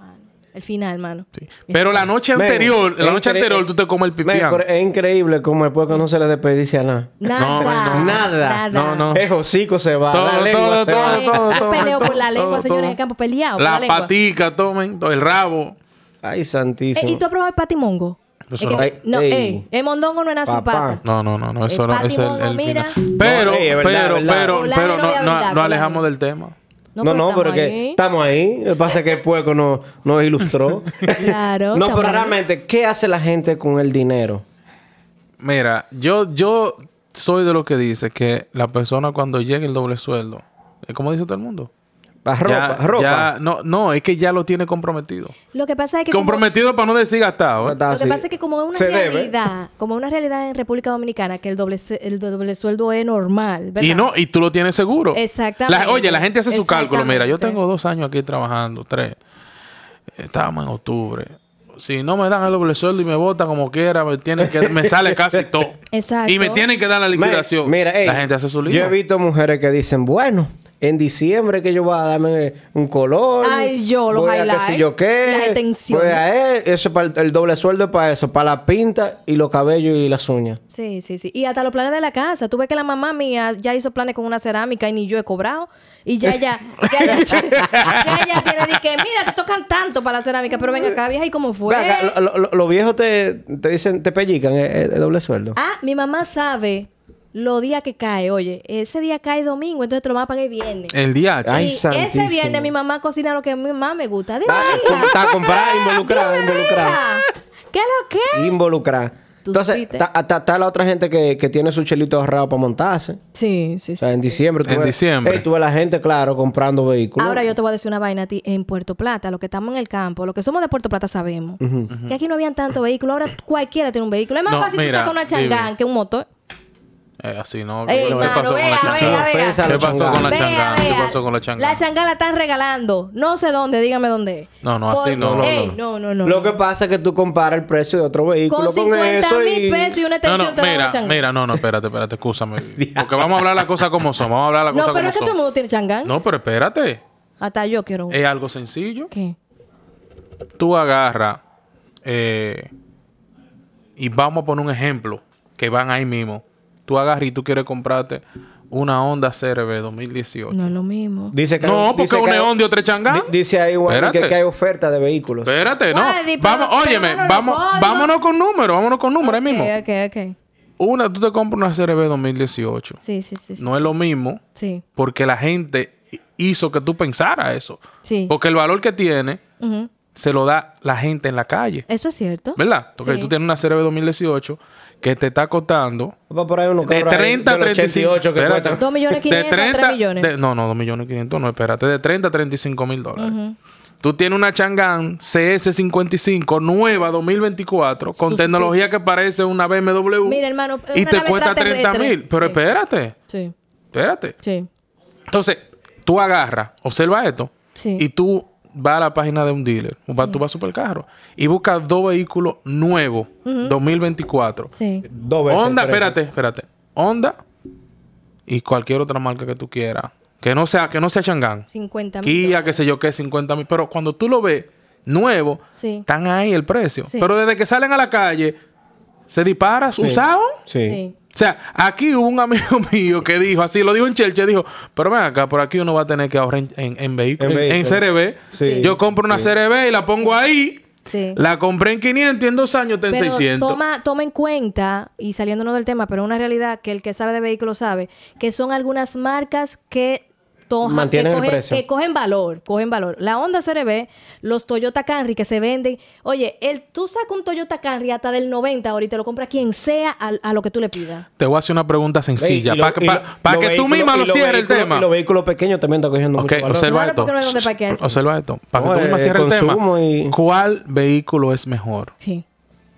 Speaker 3: el final, hermano.
Speaker 2: sí. Pero la noche
Speaker 4: Men,
Speaker 2: anterior, la
Speaker 4: es
Speaker 2: noche
Speaker 4: incre-
Speaker 2: anterior, tú te comes
Speaker 4: Men,
Speaker 2: el pipián.
Speaker 4: pero es increíble como el puerco no se le desperdicia nada.
Speaker 2: No,
Speaker 3: Nada.
Speaker 2: no.
Speaker 4: Nada.
Speaker 2: No, no.
Speaker 4: El hocico se va,
Speaker 2: Todo,
Speaker 4: la lengua
Speaker 2: todo,
Speaker 4: se
Speaker 2: todo,
Speaker 4: va.
Speaker 2: todo, todo,
Speaker 3: Ah,
Speaker 2: todo,
Speaker 3: peleo por la
Speaker 2: todo,
Speaker 3: lengua,
Speaker 2: todo,
Speaker 3: señor, en el
Speaker 2: todo.
Speaker 3: campo, peleado por la
Speaker 2: La
Speaker 3: lengua.
Speaker 2: patica, tomen, todo, el rabo.
Speaker 4: Ay,
Speaker 3: Eh,
Speaker 4: santísimo.
Speaker 3: ¿Y tú has probado el patimongo?
Speaker 2: Eso
Speaker 3: Es que-
Speaker 2: no.
Speaker 4: Ay,
Speaker 3: no,
Speaker 4: ey.
Speaker 3: ey, el mondongo no es nada sin
Speaker 4: Papá.
Speaker 3: pata.
Speaker 2: No, no, no, no, eso
Speaker 3: El
Speaker 2: no es el,
Speaker 3: patrimonio,
Speaker 2: el
Speaker 3: mira.
Speaker 2: final. Pero,
Speaker 4: No, ey, es verdad,
Speaker 2: pero,
Speaker 4: es verdad.
Speaker 2: pero,
Speaker 3: Colágeno
Speaker 2: pero,
Speaker 3: de
Speaker 2: no, no,
Speaker 3: verdad,
Speaker 2: no
Speaker 3: colágeno.
Speaker 2: alejamos del tema.
Speaker 4: No, no,
Speaker 3: pero
Speaker 4: porque estamos
Speaker 3: estamos
Speaker 4: ahí. Lo que pasa es que el puerco no- nos ilustró.
Speaker 3: Claro,
Speaker 4: no,
Speaker 3: estamos
Speaker 4: pero
Speaker 3: ahí.
Speaker 4: realmente, ¿qué hace la gente con el dinero?
Speaker 2: Mira, yo, yo soy de lo que dice que la persona cuando llegue el doble sueldo, ¿cómo dice todo el mundo?
Speaker 4: La ropa,
Speaker 2: Ya-
Speaker 4: ropa.
Speaker 2: ya- no, no, es que ya lo tiene comprometido.
Speaker 3: ahí. Lo que pasa es que... como-
Speaker 2: Comprometido para no decir gastado. ¿eh?
Speaker 4: Está
Speaker 3: Lo que
Speaker 4: así.
Speaker 3: pasa es que como es una
Speaker 4: Ah, Se debe.
Speaker 3: realidad, como es una realidad en República Dominicana que el doble se- el doble sueldo es normal, ¿verdad?
Speaker 2: Y no, y tú lo tienes seguro.
Speaker 3: Exactamente.
Speaker 2: La- oye, la gente hace su cálculo. Mira, yo
Speaker 3: Exactamente.
Speaker 2: tengo dos años aquí trabajando, tres. Estábamos en octubre. Si no me dan el doble sueldo y me votan como quiera, me, tienen que, me sale casi todo.
Speaker 3: Exacto.
Speaker 2: Y me tienen que dar la
Speaker 4: Me-
Speaker 2: liquidación.
Speaker 4: mira, ey,
Speaker 2: la gente hace su
Speaker 4: Yo
Speaker 2: lío.
Speaker 4: he visto mujeres que dicen, bueno, en diciembre que yo voy a darme un color.
Speaker 3: Ay, yo, los
Speaker 4: voy a qué
Speaker 3: highlights,
Speaker 4: sé yo qué.
Speaker 3: las extensiones".
Speaker 4: voy a- eh, eso es para el, el doble sueldo es para eso, para la pinta y los cabellos y las uñas.
Speaker 3: Sí, sí, sí. Y hasta los planes de la casa. Tú ves que la mamá mía ya hizo planes con una cerámica y ni yo he cobrado. Y ya ella, ya ella, ya ella tiene de que, mira, te tocan tanto para la cerámica, pero venga acá, vieja, ¿y cómo fue?
Speaker 4: Ve acá, lo- lo- lo- los viejos te, te dicen, te pellican eh, eh, el doble sueldo.
Speaker 3: Ah, mi mamá sabe los días que cae. Oye, ese día cae domingo, entonces te lo van a pagar el viernes.
Speaker 2: El DH.
Speaker 4: Eh, Ay,
Speaker 3: y ese
Speaker 4: santísimo.
Speaker 3: viernes mi mamá cocina lo que a mi mamá me gusta. Dime,
Speaker 4: Va,
Speaker 3: hija.
Speaker 4: está comprada, involucrada,
Speaker 3: Dime,
Speaker 4: involucrada.
Speaker 3: hija. ¿Qué lo que?
Speaker 4: Involucrada.
Speaker 3: Tú
Speaker 4: Entonces,
Speaker 3: supiste.
Speaker 4: está está- está la otra gente que, que tiene su chelito ahorrado para montarse.
Speaker 3: Sí, sí,
Speaker 4: O sea, en diciembre. tú
Speaker 2: En
Speaker 4: ves-
Speaker 2: diciembre.
Speaker 4: Ey, tú ves la gente, claro, comprando vehículos.
Speaker 3: Ahora yo te voy a decir una vaina a ti. En Puerto Plata, los que estamos en el campo, los que somos de Puerto Plata sabemos que aquí no habían tanto vehículo. Ahora cualquiera tiene un vehículo. Es más
Speaker 2: No,
Speaker 3: fácil
Speaker 2: mira,
Speaker 3: tú sacas una changán
Speaker 2: dime.
Speaker 3: que un motor.
Speaker 2: Eh, así no.
Speaker 3: Ey,
Speaker 2: ¿Qué
Speaker 3: mano,
Speaker 2: pasó con la
Speaker 3: vea, vea,
Speaker 2: changada?
Speaker 3: vea.
Speaker 4: Ofensa a los
Speaker 2: ¿Qué pasó con
Speaker 4: changanes.
Speaker 2: la
Speaker 3: Vea,
Speaker 2: changada? ¿Qué
Speaker 3: vea.
Speaker 2: pasó con la changada?
Speaker 3: La changán la están regalando. No sé dónde, dígame dónde es.
Speaker 2: No, no, así no, no,
Speaker 3: Ey,
Speaker 2: no.
Speaker 3: no, no, no.
Speaker 4: Lo que pasa es que tú comparas el precio de otro
Speaker 3: con
Speaker 4: vehículo con,
Speaker 3: 50
Speaker 4: eso
Speaker 3: mil
Speaker 4: y...
Speaker 3: pesos y una
Speaker 2: No,
Speaker 3: extensión
Speaker 2: no,
Speaker 3: te dan una
Speaker 2: mira,
Speaker 3: changán.
Speaker 2: mira, no, no, espérate, espérate, escúchame. Porque vamos a hablar las cosas como son, vamos a hablar las cosas
Speaker 3: No, pero
Speaker 2: como
Speaker 3: es que todo el
Speaker 2: son.
Speaker 3: mundo tiene changán.
Speaker 2: No, Eh, pero espérate.
Speaker 3: Hasta yo quiero uno.
Speaker 2: Es algo sencillo.
Speaker 3: ¿Qué?
Speaker 2: Tú agarras eh, y vamos a poner un ejemplo que van ahí mismo. tú agarras y tú quieres comprarte una Honda CRV 2018.
Speaker 3: No es lo mismo.
Speaker 4: Dice que
Speaker 2: No, porque
Speaker 4: dice que
Speaker 2: una
Speaker 4: hay-
Speaker 2: Honda y otra es Changán.
Speaker 4: di- Dice ahí Juan
Speaker 2: Espérate.
Speaker 4: que, que hay oferta de vehículos.
Speaker 2: Espérate, no.
Speaker 3: Guardi, pero-
Speaker 2: Vamos,
Speaker 3: pero
Speaker 2: óyeme,
Speaker 3: no lo
Speaker 2: vamos,
Speaker 3: recuerdo.
Speaker 2: vámonos con números, vámonos con números ahí mismo.
Speaker 3: Ok, ok, ok.
Speaker 2: Una, tú te compras una CRV 2018.
Speaker 3: Sí, sí, sí. sí.
Speaker 2: No es lo mismo
Speaker 3: Sí,
Speaker 2: porque la gente hizo que tú pensaras eso.
Speaker 3: sí.
Speaker 2: Porque el valor que tiene
Speaker 3: Ujú.
Speaker 2: se lo da la gente en la calle.
Speaker 3: Eso es cierto.
Speaker 2: ¿Verdad? Porque
Speaker 3: Sí.
Speaker 2: tú tienes una CRV 2018 que te está costando
Speaker 4: Va por Oh, ahí uno
Speaker 2: de 30 a 35.
Speaker 4: 88 que
Speaker 2: espérate.
Speaker 4: cuesta.
Speaker 3: Dos millones
Speaker 2: De
Speaker 3: quinientos a tres
Speaker 2: 30,
Speaker 3: millones.
Speaker 2: de- no, no, 2 millones 500, no, espérate. De 30 a 35 mil dólares. Tú tienes una Chang'an CS55 nueva 2024 con
Speaker 3: Sus-
Speaker 2: tecnología que parece una BMW.
Speaker 3: Mira, hermano,
Speaker 2: Y
Speaker 3: una
Speaker 2: te
Speaker 3: nave
Speaker 2: cuesta 30
Speaker 3: extraterrestre.
Speaker 2: mil. Pero
Speaker 3: Sí.
Speaker 2: espérate,
Speaker 3: Sí,
Speaker 2: espérate.
Speaker 3: sí.
Speaker 2: Entonces, tú agarras, observa esto.
Speaker 3: Sí.
Speaker 2: Y tú vas a la página de un dealer. o vas- Tú vas a Supercarro. Y buscas dos vehículos nuevos 2024.
Speaker 3: Sí.
Speaker 4: Dos veces.
Speaker 2: Honda,
Speaker 4: tres.
Speaker 2: espérate, espérate. Honda y cualquier otra marca que tú quieras. Que no sea, que no sea Chang'an.
Speaker 3: 50 mil.
Speaker 2: Kia, qué sé yo qué, 50 mil. Pero cuando tú lo ves nuevo,
Speaker 3: Sí.
Speaker 2: están ahí el precio.
Speaker 3: Sí.
Speaker 2: Pero desde que salen a la calle, se dispara,
Speaker 4: Sí.
Speaker 2: usado.
Speaker 4: Sí.
Speaker 3: Sí.
Speaker 2: O sea, aquí hubo un amigo mío que dijo, así lo dijo en Chelche, dijo, pero ven acá, por aquí uno va a tener que ahorrar en, en, en vehículo,
Speaker 4: En
Speaker 2: en, en
Speaker 4: vehículo.
Speaker 2: CRV.
Speaker 4: Sí.
Speaker 2: Yo compro una CRV y la pongo ahí,
Speaker 3: Sí.
Speaker 2: la compré en 500 y en dos años está en
Speaker 3: Pero
Speaker 2: 600.
Speaker 3: Toma, toma en cuenta, y saliéndonos del tema, pero una realidad que el que sabe de vehículos sabe, que son algunas marcas que, tojan-
Speaker 4: Mantienen
Speaker 3: que,
Speaker 4: el
Speaker 3: cogen,
Speaker 4: precio.
Speaker 3: que cogen valor, cogen valor. La Honda CRV, los Toyota Camry que se venden. Oye, el, tú sacas un Toyota Camry hasta del 90 ahorita, lo compra quien sea a, a lo que tú le pidas.
Speaker 2: Te voy a hacer una pregunta sencilla.
Speaker 4: Ey, y lo-
Speaker 2: Para que,
Speaker 4: y lo-
Speaker 2: pa- pa
Speaker 4: los
Speaker 2: que tú
Speaker 4: vehículos-
Speaker 2: misma
Speaker 4: y
Speaker 2: lo
Speaker 4: los
Speaker 2: cierres el
Speaker 4: vehículos-
Speaker 2: tema.
Speaker 4: Y los vehículos pequeños también están cogiendo
Speaker 2: Ok,
Speaker 4: mucho valor.
Speaker 2: observa
Speaker 3: Claro, porque no hay
Speaker 2: esto.
Speaker 3: dónde parquearse.
Speaker 2: Observa esto. Para que
Speaker 4: No,
Speaker 2: tú misma
Speaker 4: eh,
Speaker 2: cierres el
Speaker 4: consumo
Speaker 2: tema.
Speaker 4: y-
Speaker 2: ¿Cuál vehículo es mejor?
Speaker 3: Sí,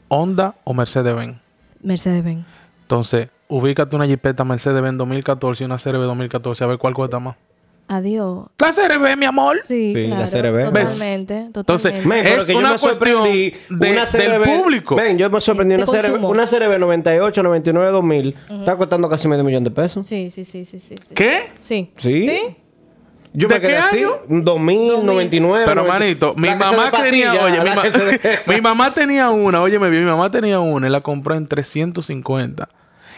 Speaker 2: ¿Honda o Mercedes-Benz?
Speaker 3: Mercedes-Benz.
Speaker 2: Entonces, ubícate una jipeta Mercedes-Benz 2014 y una CRV 2014. A ver cuál cuesta más.
Speaker 3: Adiós.
Speaker 2: La CRV, mi amor.
Speaker 3: Sí,
Speaker 4: Sí, la
Speaker 3: claro,
Speaker 4: CRV.
Speaker 3: Totalmente,
Speaker 2: Entonces,
Speaker 3: totalmente.
Speaker 4: Men, pero
Speaker 2: Es
Speaker 4: que yo
Speaker 2: una
Speaker 4: me sorprendí
Speaker 2: cuestión de-
Speaker 4: una CRV
Speaker 2: del público.
Speaker 4: Men, yo me sorprendí
Speaker 3: De
Speaker 4: una CRV,
Speaker 3: consumo.
Speaker 4: una CRV 98, 99, 2000. Está costando casi medio millón de pesos.
Speaker 3: Sí, sí, sí, sí, sí. sí.
Speaker 2: ¿Qué?
Speaker 3: Sí.
Speaker 4: Sí.
Speaker 3: ¿Sí?
Speaker 4: Yo
Speaker 2: ¿De
Speaker 4: me quedé
Speaker 2: qué
Speaker 4: así.
Speaker 2: año?
Speaker 4: 2000, 99.
Speaker 2: Pero
Speaker 4: 90.
Speaker 2: manito, mi
Speaker 4: La que se
Speaker 2: mamá
Speaker 4: despatilla,
Speaker 2: tenía, oye, mi,
Speaker 4: la
Speaker 2: ma-
Speaker 4: que se des-
Speaker 2: mi mamá tenía una, oye, me mi mamá tenía una y la compró en 350.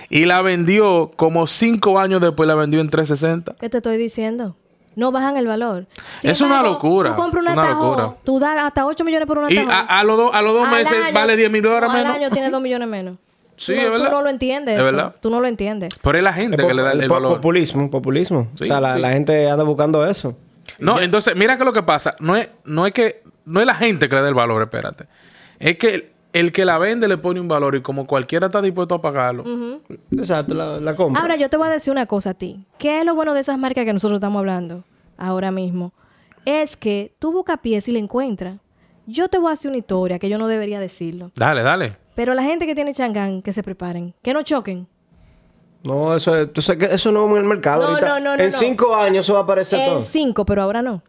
Speaker 2: Y la vendió como cinco años después, la vendió en 360.
Speaker 3: ¿Qué te estoy diciendo? No bajan el valor.
Speaker 2: Es una locura,
Speaker 3: Tú compras una,
Speaker 2: es una
Speaker 3: Tahoe,
Speaker 2: locura.
Speaker 3: tú das hasta 8 millones por una
Speaker 2: Y
Speaker 3: Tahoe.
Speaker 2: a, a los dos- a los dos
Speaker 3: Al
Speaker 2: meses
Speaker 3: año-
Speaker 2: vale 10 mil dólares
Speaker 3: no,
Speaker 2: menos.
Speaker 3: Al año tienes 2 millones menos.
Speaker 2: Sí,
Speaker 3: tú, no-
Speaker 2: es verdad.
Speaker 3: Tú no lo entiendes.
Speaker 2: Es
Speaker 3: eso.
Speaker 2: verdad.
Speaker 3: Tú no lo entiendes.
Speaker 2: Pero es la gente
Speaker 4: po-
Speaker 2: que le da el,
Speaker 4: po-
Speaker 2: valor.
Speaker 4: Populismo, populismo.
Speaker 2: Sí,
Speaker 4: o sea, la,
Speaker 2: sí.
Speaker 4: la gente anda buscando eso.
Speaker 2: No, entonces, mira que lo que pasa, no es, no es que, no es la gente que le da el valor, espérate. Es que el, el que la vende le pone un valor y como cualquiera está dispuesto a pagarlo,
Speaker 4: Exacto, la, la compra.
Speaker 3: Ahora, yo te voy a decir una cosa a ti. ¿Qué es lo bueno de esas marcas que nosotros estamos hablando ahora mismo? Es que tú buscas pies y le encuentras. Yo te voy a hacer una historia que yo no debería decirlo.
Speaker 2: dale, dale.
Speaker 3: Pero la gente que tiene changán, que se preparen. Que no choquen.
Speaker 4: No, eso, es- tú sabes que eso no es en el mercado.
Speaker 3: No,
Speaker 4: ahorita.
Speaker 3: no, no, no,
Speaker 4: en
Speaker 3: no.
Speaker 4: cinco años eso va a aparecer
Speaker 3: En
Speaker 4: todo.
Speaker 3: 5, pero ahora no.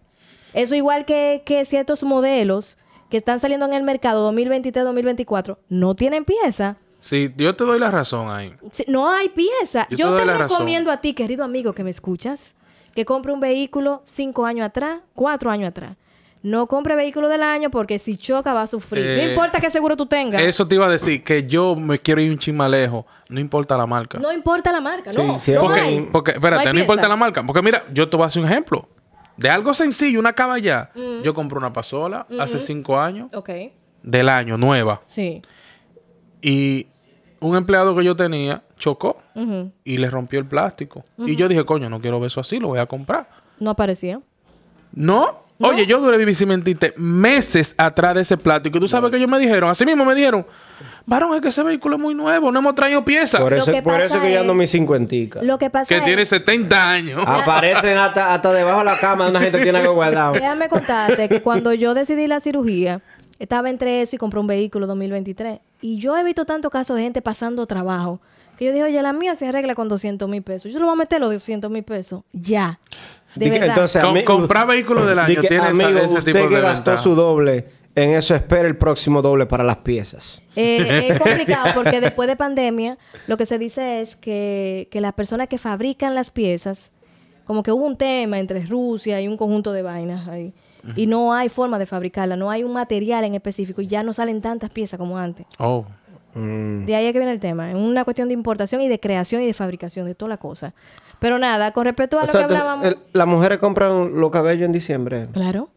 Speaker 3: Eso igual que, que ciertos modelos que están saliendo en el mercado 2023-2024 no tienen pieza.
Speaker 2: Sí, yo te doy la razón ahí.
Speaker 3: Si- No hay pieza.
Speaker 2: Yo te
Speaker 3: Yo,
Speaker 2: doy
Speaker 3: te,
Speaker 2: la razón.
Speaker 3: recomiendo a ti, querido amigo que me escuchas, que compre un vehículo cinco años atrás, cuatro años atrás. No compre vehículo del año porque si choca va a sufrir. no
Speaker 2: Eh,
Speaker 3: importa qué seguro tú tengas.
Speaker 2: Eso te iba a decir, que yo me quiero ir un chin más lejos, no importa la marca.
Speaker 3: No importa la marca. No,
Speaker 4: Sí, sí,
Speaker 3: no
Speaker 2: porque,
Speaker 3: hay.
Speaker 2: porque, espérate,
Speaker 3: hay
Speaker 2: no,
Speaker 3: pieza.
Speaker 2: importa la marca. Porque mira, yo te voy a hacer un ejemplo. De algo sencillo, una caballa.
Speaker 3: Mm.
Speaker 2: Yo compré una pasola hace cinco años,
Speaker 3: Ok,
Speaker 2: del año, nueva.
Speaker 3: sí.
Speaker 2: Y un empleado que yo tenía chocó
Speaker 3: Ujú.
Speaker 2: y le rompió el plástico. Y yo dije, coño, no quiero ver eso así, lo voy a comprar.
Speaker 3: No aparecía.
Speaker 2: No. Oye, yo duré vivir sin mentirte meses atrás de ese plástico. Y tú sabes que ellos me dijeron, así mismo me dijeron, varón, es que ese vehículo es muy nuevo, no hemos traído piezas.
Speaker 4: Por
Speaker 3: Lo
Speaker 4: eso,
Speaker 3: que
Speaker 4: por eso
Speaker 3: pasa
Speaker 4: que yo ando
Speaker 3: es-
Speaker 4: mis cincuenticas.
Speaker 3: Lo que pasa
Speaker 2: Que
Speaker 3: es...
Speaker 2: tiene 70 años.
Speaker 4: Ah. Aparecen hasta, hasta debajo de la cama de una gente que tiene algo guardado.
Speaker 3: Déjame contarte que cuando yo decidí la cirugía, estaba entre eso y compré un vehículo 2023. Y yo he visto tantos casos de gente pasando trabajo que yo dije, oye, la mía se arregla con 200 mil pesos. Yo le voy a meter los 200 mil pesos. Ya. De
Speaker 4: Di que-
Speaker 3: verdad.
Speaker 4: Entonces,
Speaker 2: Com-
Speaker 4: ami-
Speaker 2: comprar vehículo del
Speaker 4: di
Speaker 2: año
Speaker 4: que,
Speaker 2: tiene esa-
Speaker 4: amigo,
Speaker 2: ese
Speaker 4: usted
Speaker 2: tipo
Speaker 4: que
Speaker 2: de
Speaker 4: gastó
Speaker 2: ventaja.
Speaker 4: su doble, en eso espera el próximo doble para las piezas.
Speaker 3: Eh, es complicado porque después de pandemia, lo que se dice es que, que las personas que fabrican las piezas, como que hubo un tema entre Rusia y un conjunto de vainas ahí. Y no hay forma de fabricarla, no hay un material en específico y ya no salen tantas piezas como antes.
Speaker 2: Oh.
Speaker 3: De ahí es que viene el tema. Es una cuestión de importación y de creación y de fabricación de toda la cosa. Pero nada, con respecto a
Speaker 4: O
Speaker 3: lo
Speaker 4: sea,
Speaker 3: que
Speaker 4: te-
Speaker 3: hablábamos.
Speaker 4: el- las mujeres compran los cabellos en diciembre.
Speaker 3: Claro.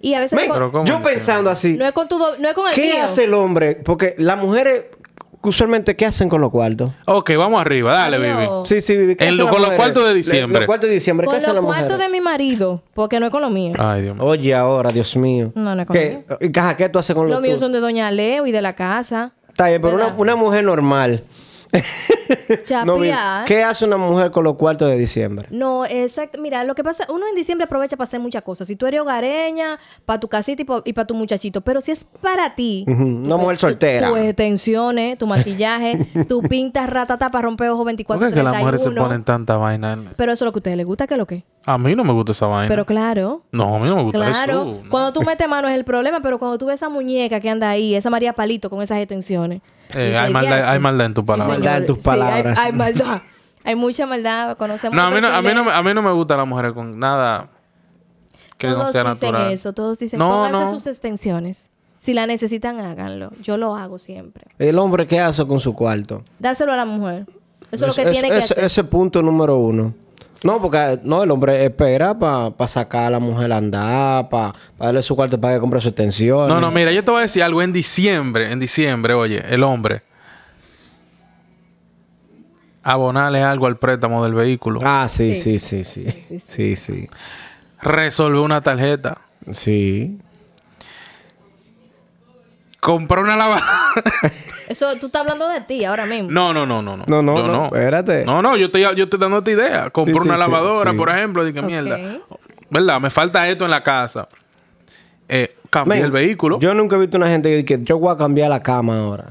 Speaker 3: y a veces.
Speaker 4: Men,
Speaker 3: no es
Speaker 2: Pero
Speaker 3: con-
Speaker 2: ¿cómo
Speaker 4: yo
Speaker 2: diciembre?
Speaker 4: pensando así,
Speaker 3: no es con tu do- no es con el
Speaker 4: ¿qué
Speaker 3: mío.
Speaker 4: hace el hombre? Porque las mujeres, usualmente, ¿qué hacen con los cuartos?
Speaker 2: Ok, vamos arriba, dale,
Speaker 3: Adiós.
Speaker 2: baby.
Speaker 4: Sí, sí, Vivi. ¿qué
Speaker 2: En
Speaker 4: hacen
Speaker 2: lo-
Speaker 4: las
Speaker 2: con los
Speaker 4: mujeres?
Speaker 2: cuartos de
Speaker 4: Le-
Speaker 2: diciembre.
Speaker 4: Los cuartos de diciembre, ¿qué
Speaker 3: Con
Speaker 4: hacen las
Speaker 3: los cuartos
Speaker 4: mujeres?
Speaker 3: de mi marido, porque no es con lo mío.
Speaker 4: Ah,
Speaker 2: Ay, Dios mío.
Speaker 4: Oye, ahora, Dios mío.
Speaker 3: No, no es con
Speaker 4: ¿Qué? ¿Y caja, ¿Qué tú haces con
Speaker 3: Los
Speaker 4: los
Speaker 3: míos
Speaker 4: tuyos?
Speaker 3: son de Doña Leo y de la casa.
Speaker 4: Está bien, pero una,
Speaker 3: ¿Verdad?
Speaker 4: una mujer normal. No, Vivi,
Speaker 3: Chapear.
Speaker 4: ¿Qué hace una mujer con los cuartos de diciembre?
Speaker 3: No, exacto. Mira, lo que pasa, uno en diciembre aprovecha para hacer muchas cosas. Si tú eres hogareña, para tu casita y para tu muchachito. Pero si es para ti,
Speaker 4: Ujú, Una
Speaker 3: Pues,
Speaker 4: mujer soltera.
Speaker 3: Este, tus extensiones, tu maquillaje, tu pintas ratata para romper ojo
Speaker 2: ¿Por
Speaker 3: 24
Speaker 2: qué es que las mujeres se
Speaker 3: 31?
Speaker 2: ponen tanta vaina? en-
Speaker 3: Pero eso es lo que a ustedes les gusta, que es lo que.
Speaker 2: A mí no me gusta esa vaina.
Speaker 3: Pero claro.
Speaker 2: No, a mí no me gusta
Speaker 3: Claro,
Speaker 2: eso. no.
Speaker 3: cuando tú metes mano es el problema, pero cuando tú ves esa muñeca que anda ahí, esa María Palito con esas extensiones.
Speaker 2: Eh,
Speaker 3: dices,
Speaker 2: hay maldad-
Speaker 3: "Diache".
Speaker 2: hay maldad en tu palabra.
Speaker 4: Maldad en
Speaker 3: señor.
Speaker 4: tus
Speaker 3: Sí, hay-
Speaker 4: palabras.
Speaker 3: hay, maldad. Hay mucha maldad, conocemos.
Speaker 2: No, a mí no, a mí
Speaker 3: perfiles.
Speaker 2: no, me- a mí no me gustan las mujeres con nada que no
Speaker 3: todos
Speaker 2: sea
Speaker 3: dicen
Speaker 2: natural.
Speaker 3: eso, todos dicen,
Speaker 2: No,
Speaker 3: pónganse
Speaker 2: no.
Speaker 3: sus extensiones. Si la necesitan, háganlo. Yo lo hago siempre.
Speaker 4: El hombre, ¿qué hace con su cuarto?
Speaker 3: Dárselo a la mujer. Eso es lo que tiene que
Speaker 4: ese-
Speaker 3: hacer.
Speaker 4: Ese punto número uno. No, porque eh, no, el hombre espera para sacar a la mujer a andar, para darle su cuarto para que compre su extensión.
Speaker 2: No, no, mira, yo te voy a decir algo. En diciembre, en diciembre, oye, el hombre. Abonarle algo al préstamo del vehículo.
Speaker 4: Ah, sí, sí, sí, sí. Sí, sí.
Speaker 2: Resolver una tarjeta.
Speaker 4: Sí.
Speaker 2: Comprar una lavadora.
Speaker 3: Eso, tú estás hablando de ti ahora mismo.
Speaker 2: No, no, no, no.
Speaker 4: No, no,
Speaker 2: Yo
Speaker 4: no, espérate.
Speaker 2: No, no, yo estoy, yo estoy dando esta idea. Compré
Speaker 4: Sí, sí,
Speaker 2: una
Speaker 4: sí,
Speaker 2: lavadora,
Speaker 4: sí.
Speaker 2: por ejemplo. Dije,
Speaker 3: Ok.
Speaker 2: mierda. ¿Verdad? Me falta esto en la casa. Eh, cambié
Speaker 4: Men,
Speaker 2: el vehículo.
Speaker 4: Yo nunca he visto una gente que dice, yo voy a cambiar la cama ahora.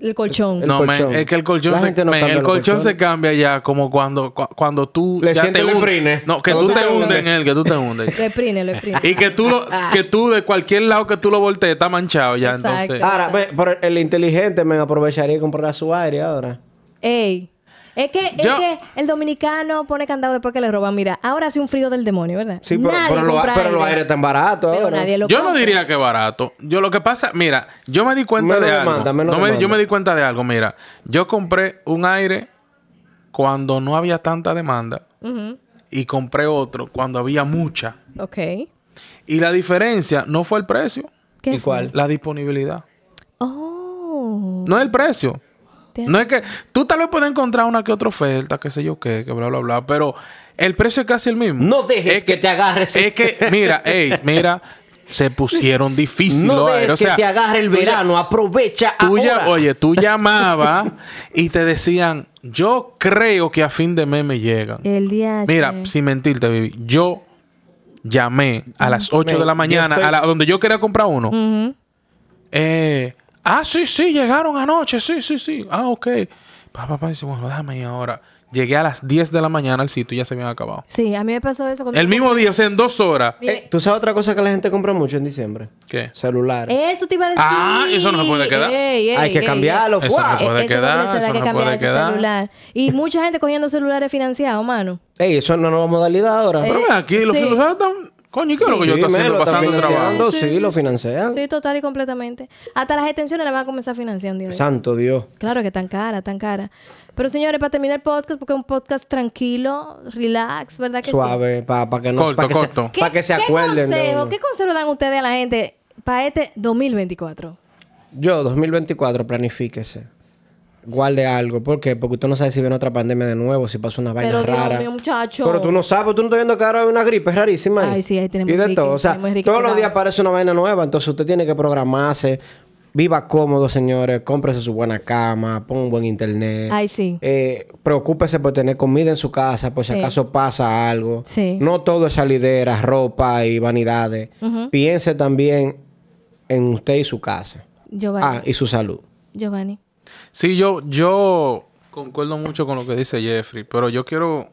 Speaker 3: El colchón.
Speaker 4: el
Speaker 2: no, men,
Speaker 4: colchón.
Speaker 2: es que el colchón,
Speaker 4: La
Speaker 2: se,
Speaker 4: gente no
Speaker 2: men,
Speaker 4: cambia
Speaker 2: el
Speaker 4: los
Speaker 2: colchón se
Speaker 4: colchones.
Speaker 2: cambia ya como cuando, cu- cuando tú
Speaker 4: Le
Speaker 2: ya
Speaker 4: siente el
Speaker 2: hundes.
Speaker 4: embrine.
Speaker 2: No, que
Speaker 4: Cuando tú
Speaker 2: tú te
Speaker 4: te
Speaker 2: hundes
Speaker 4: hundes.
Speaker 2: en él, que tú te hundes.
Speaker 3: Lo exprime, lo exprime.
Speaker 2: Y que tú, lo- que tú de cualquier lado que tú lo voltees está manchado ya,
Speaker 3: Exacto. Ah,
Speaker 2: entonces.
Speaker 4: Ahora, men, pero el inteligente me aprovecharía y comprar su aire ahora.
Speaker 3: Ey. Es que, es
Speaker 2: Yo-
Speaker 3: que el dominicano pone candado después que le roban. Mira, ahora hace un frío del demonio, ¿verdad?
Speaker 4: Sí, pero,
Speaker 3: Nadie
Speaker 4: pero, lo-
Speaker 3: compra
Speaker 4: pero los
Speaker 3: aire.
Speaker 4: aires están baratos
Speaker 3: Pero
Speaker 4: ahora.
Speaker 3: nadie lo
Speaker 2: Yo no
Speaker 3: compra.
Speaker 2: diría que barato. Yo lo que pasa, mira, yo me di cuenta
Speaker 4: Menos
Speaker 2: de algo.
Speaker 4: demanda, menos
Speaker 2: No me- yo
Speaker 4: demanda.
Speaker 2: me di cuenta de algo, mira. Yo compré un aire cuando no había tanta demanda
Speaker 3: Ujú.
Speaker 2: y compré otro cuando había mucha.
Speaker 3: Ok.
Speaker 2: Y la diferencia no fue el precio,
Speaker 3: ¿Qué
Speaker 4: ¿Y
Speaker 3: fue?
Speaker 4: cuál?
Speaker 2: la disponibilidad.
Speaker 3: Oh.
Speaker 2: No es el precio.
Speaker 3: Te-
Speaker 2: No es que tú tal vez puedes encontrar una que otra oferta, qué sé yo qué, que bla, bla, bla, pero el precio es casi el mismo.
Speaker 4: No dejes
Speaker 2: Es
Speaker 4: que te agarres.
Speaker 2: Es que, mira, ey, mira, se pusieron difícil.
Speaker 4: No
Speaker 2: los
Speaker 4: dejes
Speaker 2: aires, o sea,
Speaker 4: que te agarre el
Speaker 2: tú ya-
Speaker 4: verano, aprovecha
Speaker 2: tú ya-
Speaker 4: ahora.
Speaker 2: oye, tú llamabas y te decían, yo creo que a fin de mes me llegan.
Speaker 3: El día.
Speaker 2: Mira, sin mentirte, baby, yo llamé a las 8
Speaker 4: Me-
Speaker 2: de la
Speaker 4: yo
Speaker 2: mañana,
Speaker 4: estoy-
Speaker 2: a la- donde yo quería comprar uno.
Speaker 3: Ujú.
Speaker 2: Eh, ah, sí, sí, llegaron anoche, sí, sí, sí. Ah, ok. Papá, papá dice, bueno, déjame ir ahora. Llegué a las 10 de la mañana al sitio y ya se habían acabado.
Speaker 3: Sí, a mí me pasó eso cuando.
Speaker 2: El mismo día, o sea, en dos horas.
Speaker 3: Mire,
Speaker 4: Eh, ¿Tú sabes otra cosa que la gente compra mucho en diciembre?
Speaker 2: ¿Qué?
Speaker 4: Celular.
Speaker 3: Eso te iba a decir.
Speaker 2: Ah, eso no se puede quedar.
Speaker 3: Ey, ey,
Speaker 4: Hay que
Speaker 3: ey,
Speaker 4: cambiarlo,
Speaker 2: Eso
Speaker 4: fuá.
Speaker 2: no puede
Speaker 3: Ese
Speaker 2: quedar,
Speaker 3: doble celular
Speaker 2: eso
Speaker 3: hay que
Speaker 2: no puede
Speaker 3: cambiar, ese
Speaker 2: quedar.
Speaker 3: celular. Y mucha gente cogiendo celulares financiados, mano.
Speaker 4: Ey, eso no nos vamos a dar idea ahora.
Speaker 2: Pero
Speaker 3: Eh,
Speaker 2: ven aquí, los
Speaker 3: sí.
Speaker 2: filósofos están... Coño, ¿y ¿qué es lo que yo
Speaker 4: Sí,
Speaker 2: estoy
Speaker 4: me
Speaker 2: haciendo
Speaker 4: lo están
Speaker 2: pasando el trabajo?
Speaker 4: financiando,
Speaker 3: Sí.
Speaker 4: Sí, lo financian.
Speaker 3: Sí, total y completamente. Hasta las extensiones las van a comenzar financiando. día de hoy.
Speaker 4: Santo Dios.
Speaker 3: Claro que tan cara, tan cara. Pero señores, para terminar el podcast, porque es un podcast tranquilo, relax, ¿verdad que sí?
Speaker 4: Suave, para que no
Speaker 2: Corto,
Speaker 4: pa' que
Speaker 2: corto.
Speaker 4: Se, pa' que se acuerden. de
Speaker 3: consejo,
Speaker 4: uno.
Speaker 3: ¿Qué consejo dan ustedes a la gente para este 2024?
Speaker 4: Yo, 2024, planifíquese. Guarde algo. ¿Por qué? Porque usted no sabe si viene otra pandemia de nuevo, si pasa una vaina
Speaker 3: Pero Dios
Speaker 4: rara.
Speaker 3: mío, muchacho.
Speaker 4: Pero tú no sabes, tú no estás viendo que ahora hay una gripe, es rarísima. ahí.
Speaker 3: Ay, sí, ahí tenemos
Speaker 4: Y de
Speaker 3: Enrique,
Speaker 4: todo, o sea,
Speaker 3: tenemos Enrique
Speaker 4: todos los
Speaker 3: pegado.
Speaker 4: días aparece una vaina nueva, entonces usted tiene que programarse. Viva cómodo, señores. Cómprese su buena cama, ponga un buen internet.
Speaker 3: Ay, sí.
Speaker 4: Eh, preocúpese por tener comida en su casa, por si
Speaker 3: Sí.
Speaker 4: acaso pasa algo.
Speaker 3: Sí.
Speaker 4: No todo es salideras, ropa y vanidades. Piense también en usted y su casa.
Speaker 3: Giovanni.
Speaker 4: Ah, y su salud.
Speaker 3: Giovanni.
Speaker 2: Sí, yo, yo concuerdo mucho con lo que dice Jeffrey, pero yo quiero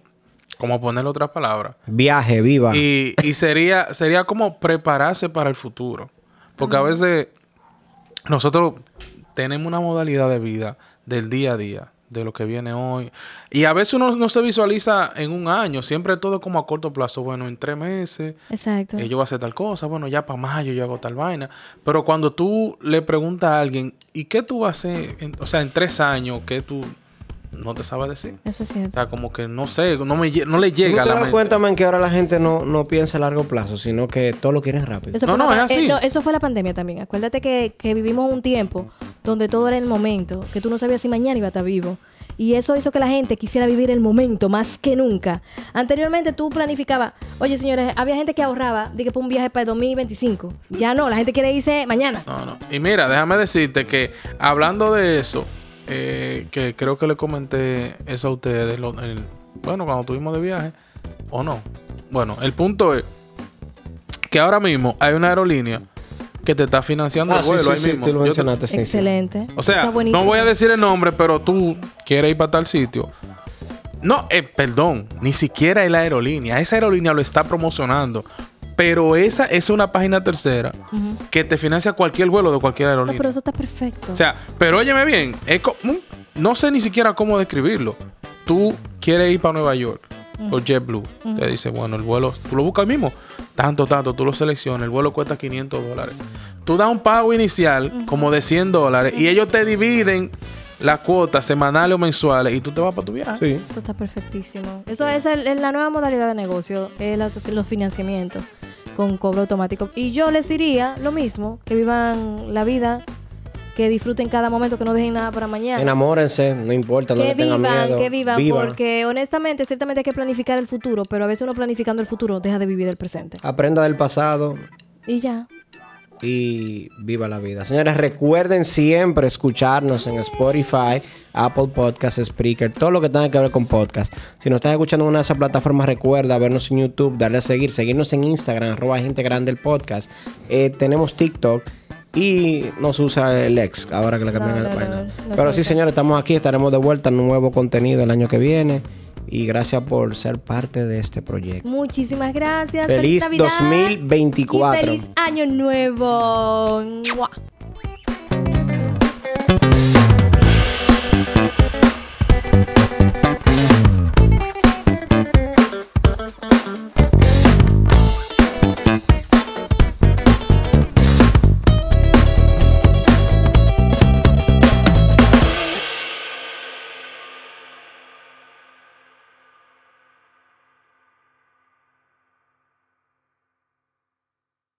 Speaker 2: como ponerle otras palabras.
Speaker 4: Viaje, viva.
Speaker 2: Y, y sería, sería como prepararse para el futuro. Porque a veces nosotros tenemos una modalidad de vida del día a día, de lo que viene hoy. Y a veces uno no se visualiza en un año, siempre todo como a corto plazo. Bueno, en tres meses
Speaker 3: Exacto.
Speaker 2: eh, yo voy a hacer tal cosa, bueno, ya para mayo yo hago tal vaina. Pero cuando tú le preguntas a alguien, ¿y qué tú vas a hacer? en- o sea, en tres años, ¿qué tú no te sabes decir?
Speaker 3: Eso es
Speaker 2: O
Speaker 3: cierto.
Speaker 2: sea, como que no sé, no, me, lle- no le llega
Speaker 4: ¿No
Speaker 2: a
Speaker 4: te
Speaker 2: la
Speaker 4: das
Speaker 2: mente.
Speaker 4: cuenta, man, que ahora la gente no, no piensa a largo plazo, sino que todo lo quieren rápido?
Speaker 3: Eso
Speaker 2: No,
Speaker 3: fue la
Speaker 2: no,
Speaker 3: pan-
Speaker 2: es así.
Speaker 3: no, eso fue la pandemia también. Acuérdate que, que vivimos un tiempo donde todo era el momento, que tú no sabías si mañana iba a estar vivo. Y eso hizo que la gente quisiera vivir el momento más que nunca. Anteriormente tú planificabas, oye señores, había gente que ahorraba, dije, para un viaje para el 2025. Ya no, la gente quiere irse mañana.
Speaker 2: No, no. Y mira, déjame decirte que hablando de eso, eh, que creo que le comenté eso a ustedes, lo- el- bueno, cuando estuvimos de viaje, o no. Bueno, el punto es que ahora mismo hay una aerolínea que te está financiando
Speaker 4: Ah,
Speaker 2: el
Speaker 4: sí,
Speaker 2: vuelo
Speaker 4: sí,
Speaker 2: ahí
Speaker 4: sí,
Speaker 2: mismo.
Speaker 4: tú lo
Speaker 2: Yo te-
Speaker 4: mencionaste, sí, sí.
Speaker 3: Excelente.
Speaker 2: o sea,
Speaker 3: Está
Speaker 2: no
Speaker 3: buenísimo.
Speaker 2: voy a decir el nombre, pero tú quieres ir para tal sitio. No, eh, perdón, ni siquiera es la aerolínea. Esa aerolínea lo está promocionando. Pero esa es una página tercera
Speaker 3: Ujú.
Speaker 2: que te financia cualquier vuelo de cualquier
Speaker 3: No,
Speaker 2: aerolínea.
Speaker 3: Ah, pero eso está perfecto.
Speaker 2: O sea, pero óyeme bien, es co- mm, no sé ni siquiera cómo describirlo. Tú quieres ir para Nueva York por JetBlue. Te dice, bueno, el vuelo, tú lo buscas ahí mismo. Tanto, tanto, tú lo seleccionas. El vuelo cuesta 500 dólares. Tú das un pago inicial como de 100 dólares y ellos te dividen las cuotas semanales o mensuales y tú te vas para tu viaje.
Speaker 4: Sí.
Speaker 3: Esto está perfectísimo. Eso es el- el- la nueva modalidad de negocio, eh, las- los financiamientos con cobro automático. Y yo les diría lo mismo, que vivan la vida, que disfruten cada momento, que no dejen nada para mañana.
Speaker 4: Enamórense, no importa, no
Speaker 3: Que
Speaker 4: le tengan
Speaker 3: vivan,
Speaker 4: miedo.
Speaker 3: que vivan, porque honestamente, ciertamente hay que planificar el futuro, pero a veces uno planificando el futuro deja de vivir el presente.
Speaker 4: Aprenda del pasado
Speaker 3: Y ya.
Speaker 4: y viva la vida. Señores, recuerden siempre escucharnos en Spotify, Apple Podcasts, Spreaker, todo lo que tenga que ver con podcast. Si nos estás escuchando en una de esas plataformas, recuerda vernos en YouTube, darle a seguir, seguirnos en Instagram, arroba gente grande el podcast. Eh, tenemos TikTok. Y nos usa el ex, ahora que le cambiaron
Speaker 3: No,
Speaker 4: la
Speaker 3: no,
Speaker 4: página.
Speaker 3: no, no
Speaker 4: Pero
Speaker 3: se
Speaker 4: sí,
Speaker 3: usa.
Speaker 4: señores, estamos aquí, estaremos de vuelta, nuevo contenido el año que viene. Y gracias por ser parte de este proyecto.
Speaker 3: Muchísimas gracias.
Speaker 4: Feliz
Speaker 3: Navidad
Speaker 4: 2024.
Speaker 3: Y feliz año nuevo. ¡Mua!